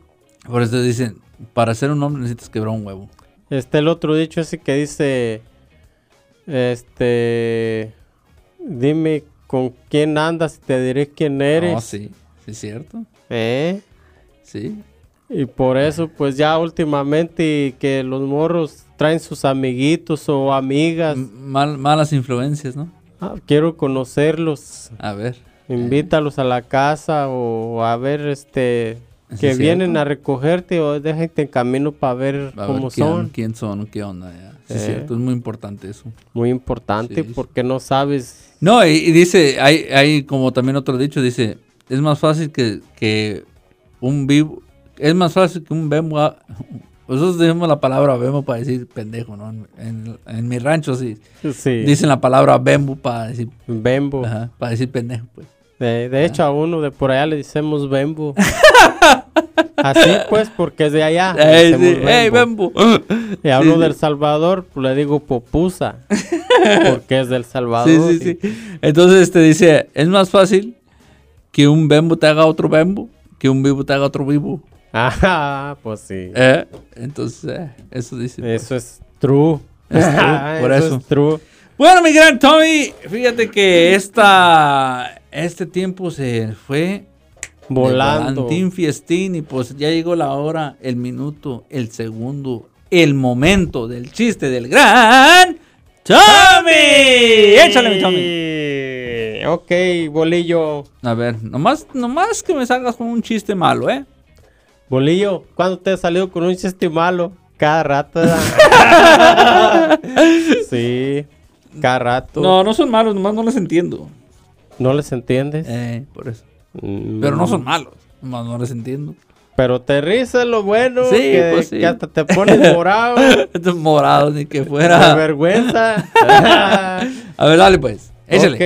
Por eso dicen, para ser un hombre necesitas quebrar un huevo.
Está el otro dicho ese que dice, este, dime con quién
Oh,
andas y te diré quién eres.
No, sí, sí es cierto.
¿Eh?
Sí.
Y por eso, pues ya últimamente que los morros traen sus amiguitos o amigas.
M- mal- malas influencias, ¿no?
Ah, quiero conocerlos.
A ver.
Invítalos a la casa o a ver este
Sí,
que
es
vienen
cierto.
a recogerte o déjate en camino para ver
A ver
cómo
quién,
son.
quién son, qué onda. ya. Sí, es
Eh.
cierto, es muy importante eso.
Muy importante
Sí.
porque no sabes.
No, y, y dice, hay, hay como también otro dicho, dice, es más fácil que, que un vivo, es más fácil que un bemo, ha- pues nosotros decimos la palabra bemo para decir pendejo, ¿no? En, en- en mi rancho sí,
Sí.
dicen la palabra bembo para decir,
Bembo.
ajá, para decir pendejo, pues.
De, de hecho, a uno de por allá le decimos Bembo. Así pues, porque es de allá. le
Ey,
decimos
sí, ¡Ey,
Bembo.
bembo!
Y hablo
Sí,
del
sí.
Salvador, pues, le digo Popusa. porque es del Salvador.
Sí, sí, sí. Entonces te dice, es más fácil que un bembo te haga otro bembo que un vivo te haga otro vivo.
Ajá, pues sí.
¿Eh? Entonces, eh, eso dice. pues.
Eso es true.
Es true, por Ah, eso.
es true.
Bueno, mi gran Tommy, fíjate que esta, este tiempo se fue de
Volando.
volantín, fiestín y pues ya llegó la hora, el minuto, el segundo, el momento del chiste del gran Tommy. Échale, mi Tommy.
Tommy. Ok, bolillo.
A ver, nomás, nomás que me salgas con un chiste malo, ¿eh?
Bolillo, ¿cuándo te has salido con un chiste malo? Cada rato. ¿verdad? sí, cada rato. No,
No, no son malos, nomás no les entiendo.
les entiendes.
Eh, por eso.
Mm,
Pero no son malos, nomás no les entiendo.
Pero te ríes lo bueno.
Sí,
que,
pues sí.
que hasta te pones morado.
Estos morados ni que
de
fuera.
vergüenza.
A ver, dale pues, échale.
Ah, Ok.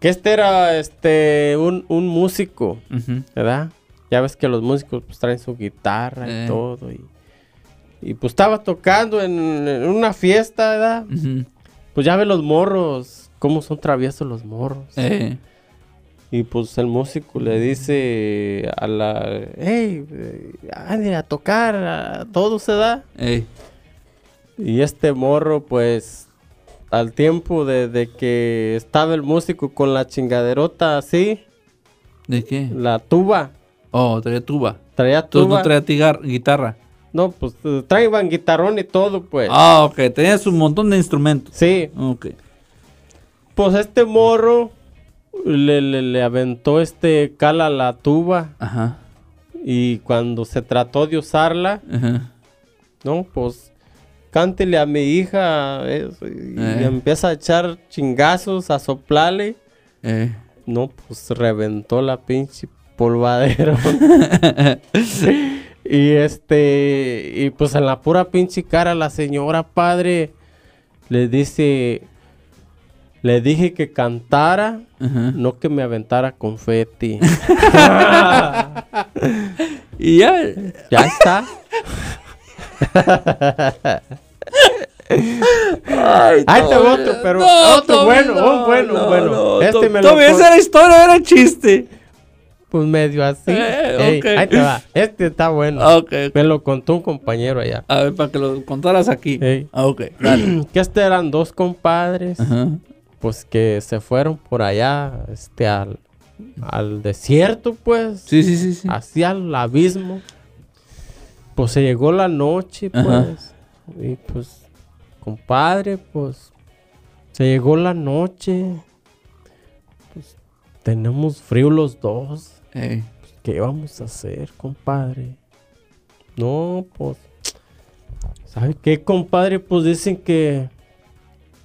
Que este era este un, un músico,
Ujú.
¿verdad? Ya ves que los músicos pues, traen su guitarra
Eh.
y todo. Y, y, pues estaba tocando en, en una fiesta, ¿verdad?
Ujú.
Pues ya ve los morros, cómo son traviesos los morros.
Eh,
Y pues el músico le dice a la... ¡Ey! ¡Ande a tocar! A todo se da.
eh.
Y este morro, pues, al tiempo de, de que estaba el músico con la chingaderota así,
¿De qué?
la tuba,
Oh, traía tuba.
traía
Tú
tuba.
no traía tigar- guitarra.
No, pues eh, traían guitarrón y todo, pues.
Ah, ok. Tenías un montón de instrumentos.
Sí,
Ok.
pues este morro le, le- le aventó este cala a la tuba
Ajá.
y cuando se trató de usarla,
Ajá.
no, pues cántele a mi hija eso, y, y
Eh.
empieza a echar chingazos, a soplarle.
Eh.
No, pues reventó la pinche polvadero. y este, y pues en la pura pinche cara la señora padre le dice, le dije que cantara,
Ajá.
no que me aventara confeti.
Y ya.
ya está. Ahí te va otro, pero
No,
otro
Tommy,
bueno,
no,
un bueno,
no,
un bueno.
no,
este
Tom-
me lo
Tommy,
pon-
esa era historia, era chiste.
Pues medio así.
Eh,
Ey,
ok.
Ahí te va. Este está bueno.
Ok.
Me lo contó un compañero allá.
A ver, para que lo contaras aquí.
Ey.
Ah, ok. Dale.
Que este eran dos compadres,
Ajá.
pues que se fueron por allá, este, al, al desierto, pues.
Sí, sí, sí, sí.
Hacia el abismo. Pues se llegó la noche, pues.
Ajá.
Y pues, compadre, pues. Se llegó la noche. Pues tenemos frío los dos.
Ey.
¿Qué vamos a hacer, compadre? No, pues. ¿Sabe qué, compadre? Pues dicen que.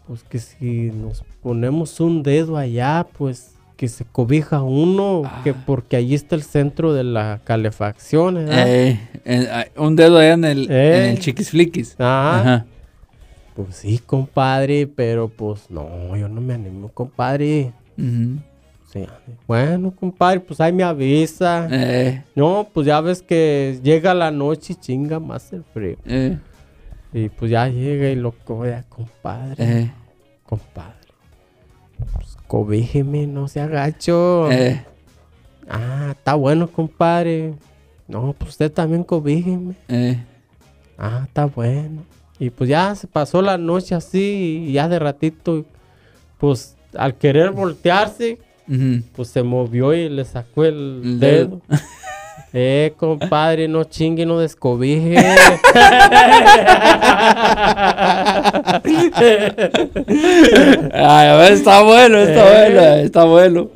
Pues que si nos ponemos un dedo allá, pues que se cobija uno,
Ah.
que porque allí está el centro de la calefacción, ¿verdad?
Ey. En- ah, un dedo allá en el, en
Eh.
el chiquisfliquis.
Ajá.
Ajá.
Pues sí, compadre, pero pues no, yo no me animo, compadre.
Ujú.
Sí, bueno, compadre, pues ahí me avisa.
Eh,
No, pues ya ves que llega la noche y chinga más el frío.
eh,
Y pues ya llega y lo coda, compadre.
eh,
Compadre. Pues cobíjeme, no se agacho.
eh,
Ah, está bueno, compadre. No, pues usted también cobíjeme.
eh.
Ah, está bueno. Y pues ya se pasó la noche así y ya de ratito, pues al querer voltearse,
Ujú.
pues se movió y le sacó el,
El dedo.
dedo. Eh, compadre, no chingue, no descobije.
Ay, a ver, está bueno, está
Eh.
bueno, está bueno.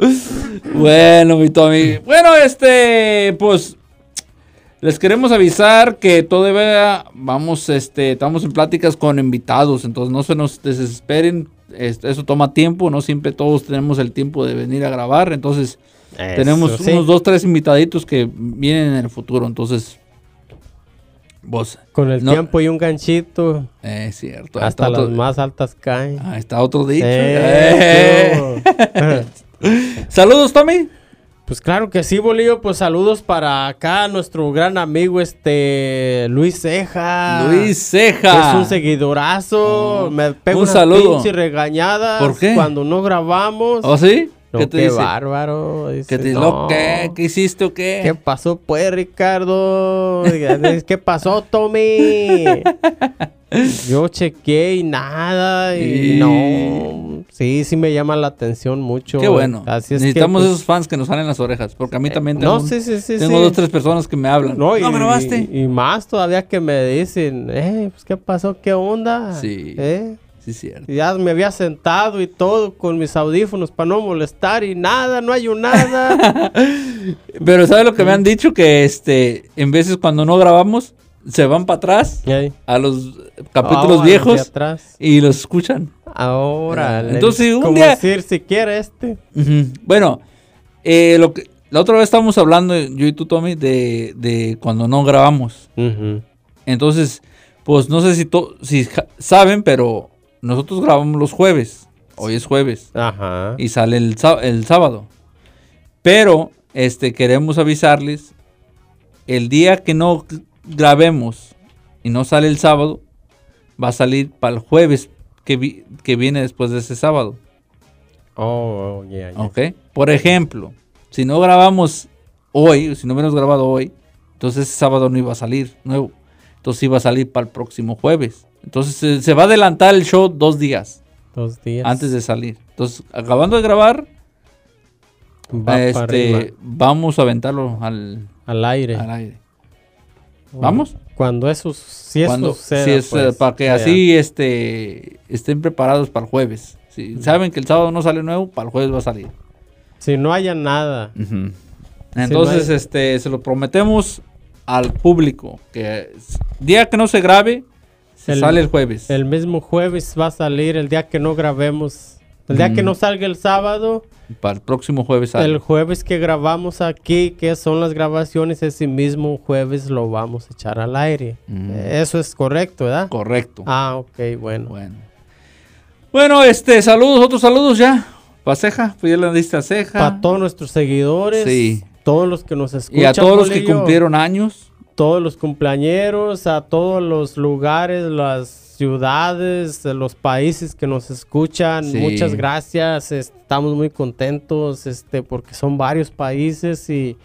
Bueno, mi Tommy. Bueno, este, pues les queremos avisar que todavía vamos, este, estamos en pláticas con invitados, entonces no se nos desesperen. es- Eso toma tiempo, no siempre todos tenemos el tiempo de venir a grabar, entonces tenemos
Eso sí.
unos dos, tres invitaditos que vienen en el futuro, entonces vos,
Con el
No.
tiempo y un ganchito,
es cierto. ahí
hasta
está
las
otro-
más altas caen.
Ahí está otro dicho.
Eh,
Eh.
yo.
Saludos, Tommy.
Pues claro que sí, Bolillo. Pues saludos para acá nuestro gran amigo este Luis Ceja.
Luis Ceja.
Es un seguidorazo.
Oh.
Me pego
Un
unas
saludo.
pinches regañadas
¿Por qué?
cuando no grabamos.
¿Oh, sí?
No,
¿Qué te dice?
bárbaro.
¿Qué
Dice,
te dice?
"No,
¿Qué? ¿Qué hiciste o qué?
¿Qué pasó, pues, Ricardo? ¿Qué pasó, Tommy? Yo chequeé y nada. Y,
Y-
no. Sí, sí me llama la atención mucho.
Qué bueno.
Así es que,
Necesitamos
pues, eh,
esos fans que nos salen las orejas. Porque a mí también tengo,
no,
un-
sí, sí, sí,
tengo
sí.
dos, tres personas que me hablan.
No, y,
me robaste.
y más todavía que me dicen, eh, pues qué pasó, qué onda.
Sí.
Eh,
Sí, cierto.
Ya me había sentado y todo con mis audífonos para no molestar y nada, no hay un nada.
Pero ¿sabes lo que me han dicho? Que este, en veces cuando no grabamos, se van para atrás
Ey.
a los capítulos
Ahora, de
viejos
atrás.
y los escuchan.
Ahora. le-
Entonces, un
como
día-
decir, si quiere este.
Ujú. Bueno, eh, lo que, la otra vez estábamos hablando, yo y tú, Tommy, de, de cuando no grabamos. Entonces, pues no sé si, to- si ja- saben, pero nosotros grabamos los jueves. Hoy es jueves
Ajá.
y sale el, sá- el sábado. Pero, este, queremos avisarles, el día que no g- grabemos y no sale el sábado, va a salir para el jueves que, vi- que viene después de ese sábado.
Oh, oh, yeah, yeah.
¿Ok? Por ejemplo, si no grabamos hoy, si no hubiéramos grabado hoy, entonces ese sábado no iba a salir nuevo. Entonces iba a salir para el próximo jueves. Entonces eh, se, se va a adelantar el show dos días
Dos días.
antes de salir. Entonces, acabando de grabar,
Va
este,
para arriba,
vamos a aventarlo al,
al aire.
al aire. ¿Vamos?
Cuando eso, si eso
Cuando-
suceda,
si es, eh,
pues,
para que
sea.
así este, estén preparados para el jueves. Si saben que el sábado no sale nuevo, para el jueves va a salir.
Si no haya nada.
Mm. Entonces,
Sí, no hay-
este, se lo prometemos al público que s- día que no se grabe, se
El-
sale el jueves.
El mismo jueves va a salir el día que no grabemos. El día que
Mm.
no salga el sábado,
para el próximo jueves sale.
el jueves que grabamos aquí, que son las grabaciones, ese mismo jueves lo vamos a echar al aire.
Mm.
Eso es correcto, ¿verdad?
Correcto.
ah, ok, bueno.
Bueno. Bueno, este, saludos, otros saludos ya. Paseja, pues ya le diste a Ceja.
Para todos nuestros seguidores,
Sí.
todos los que nos escuchan.
y a todos los que
Bolillo,
cumplieron años.
Todos los cumpleañeros, a todos los lugares, las ciudades, eh, los países que nos escuchan.
Sí.
Muchas gracias. es- Estamos muy contentos este, porque son varios países y,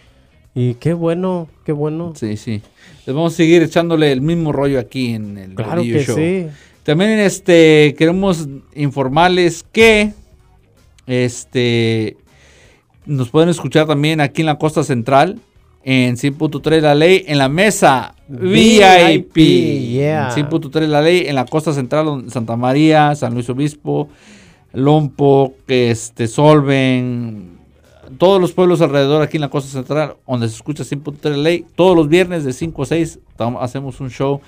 y qué bueno, qué bueno.
Sí, sí. Les vamos a seguir echándole el mismo rollo aquí en el
claro
Rodillo
que
Show.
sí.
También este queremos informarles que este nos pueden escuchar también aquí en la Costa Central en 100.3 La Ley en la mesa VIP.
yeah.
En 100.3 La Ley en la Costa Central don- Santa María, San Luis Obispo, Lompoc, este Solven, todos los pueblos alrededor aquí en la costa central, donde se escucha 100.3 ley, todos los viernes de 5 a 6 tam- hacemos un show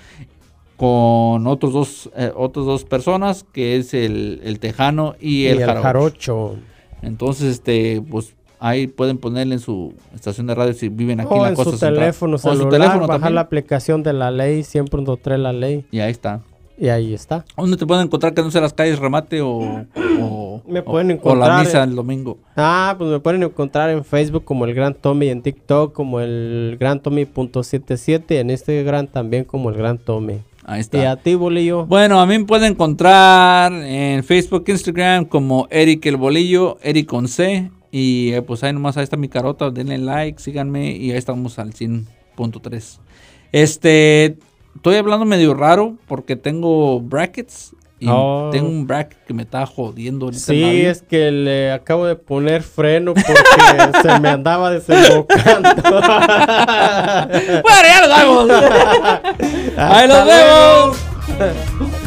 con otros dos, eh, otras dos personas, que es el, el Tejano y,
Y
el,
el
jarocho.
jarocho.
Entonces, este, pues ahí pueden ponerle en su estación de radio si viven aquí en
O
la
Oh, en
costa
su
central.
teléfono
O en
celular,
su teléfono
bajar
también.
la aplicación de la ley, 100.3 la ley.
Y ahí está.
Y ahí está.
¿Dónde te pueden encontrar que no sea las calles remate o, o-
Me
o- o
pueden
la
encontrar
misa
en-
el domingo?
Ah, pues me pueden encontrar en Facebook como el Gran Tommy, en TikTok como el Gran Tommy.77 y en Instagram también como el Gran Tommy.
Ahí está.
Y a ti, Bolillo.
Bueno, a mí me pueden encontrar en Facebook, Instagram como Eric el Bolillo, Eric con C. Y eh, pues ahí nomás, ahí está mi carota, denle like, síganme y ahí estamos al 100.3. Este, estoy hablando medio raro porque tengo brackets Y
Oh.
tengo un bracket que me está jodiendo ahorita. el
Sí,
labio.
es que le acabo de poner freno porque se me andaba desembocando.
Bueno, ya nos vamos. Ahí nos
luego.
vemos.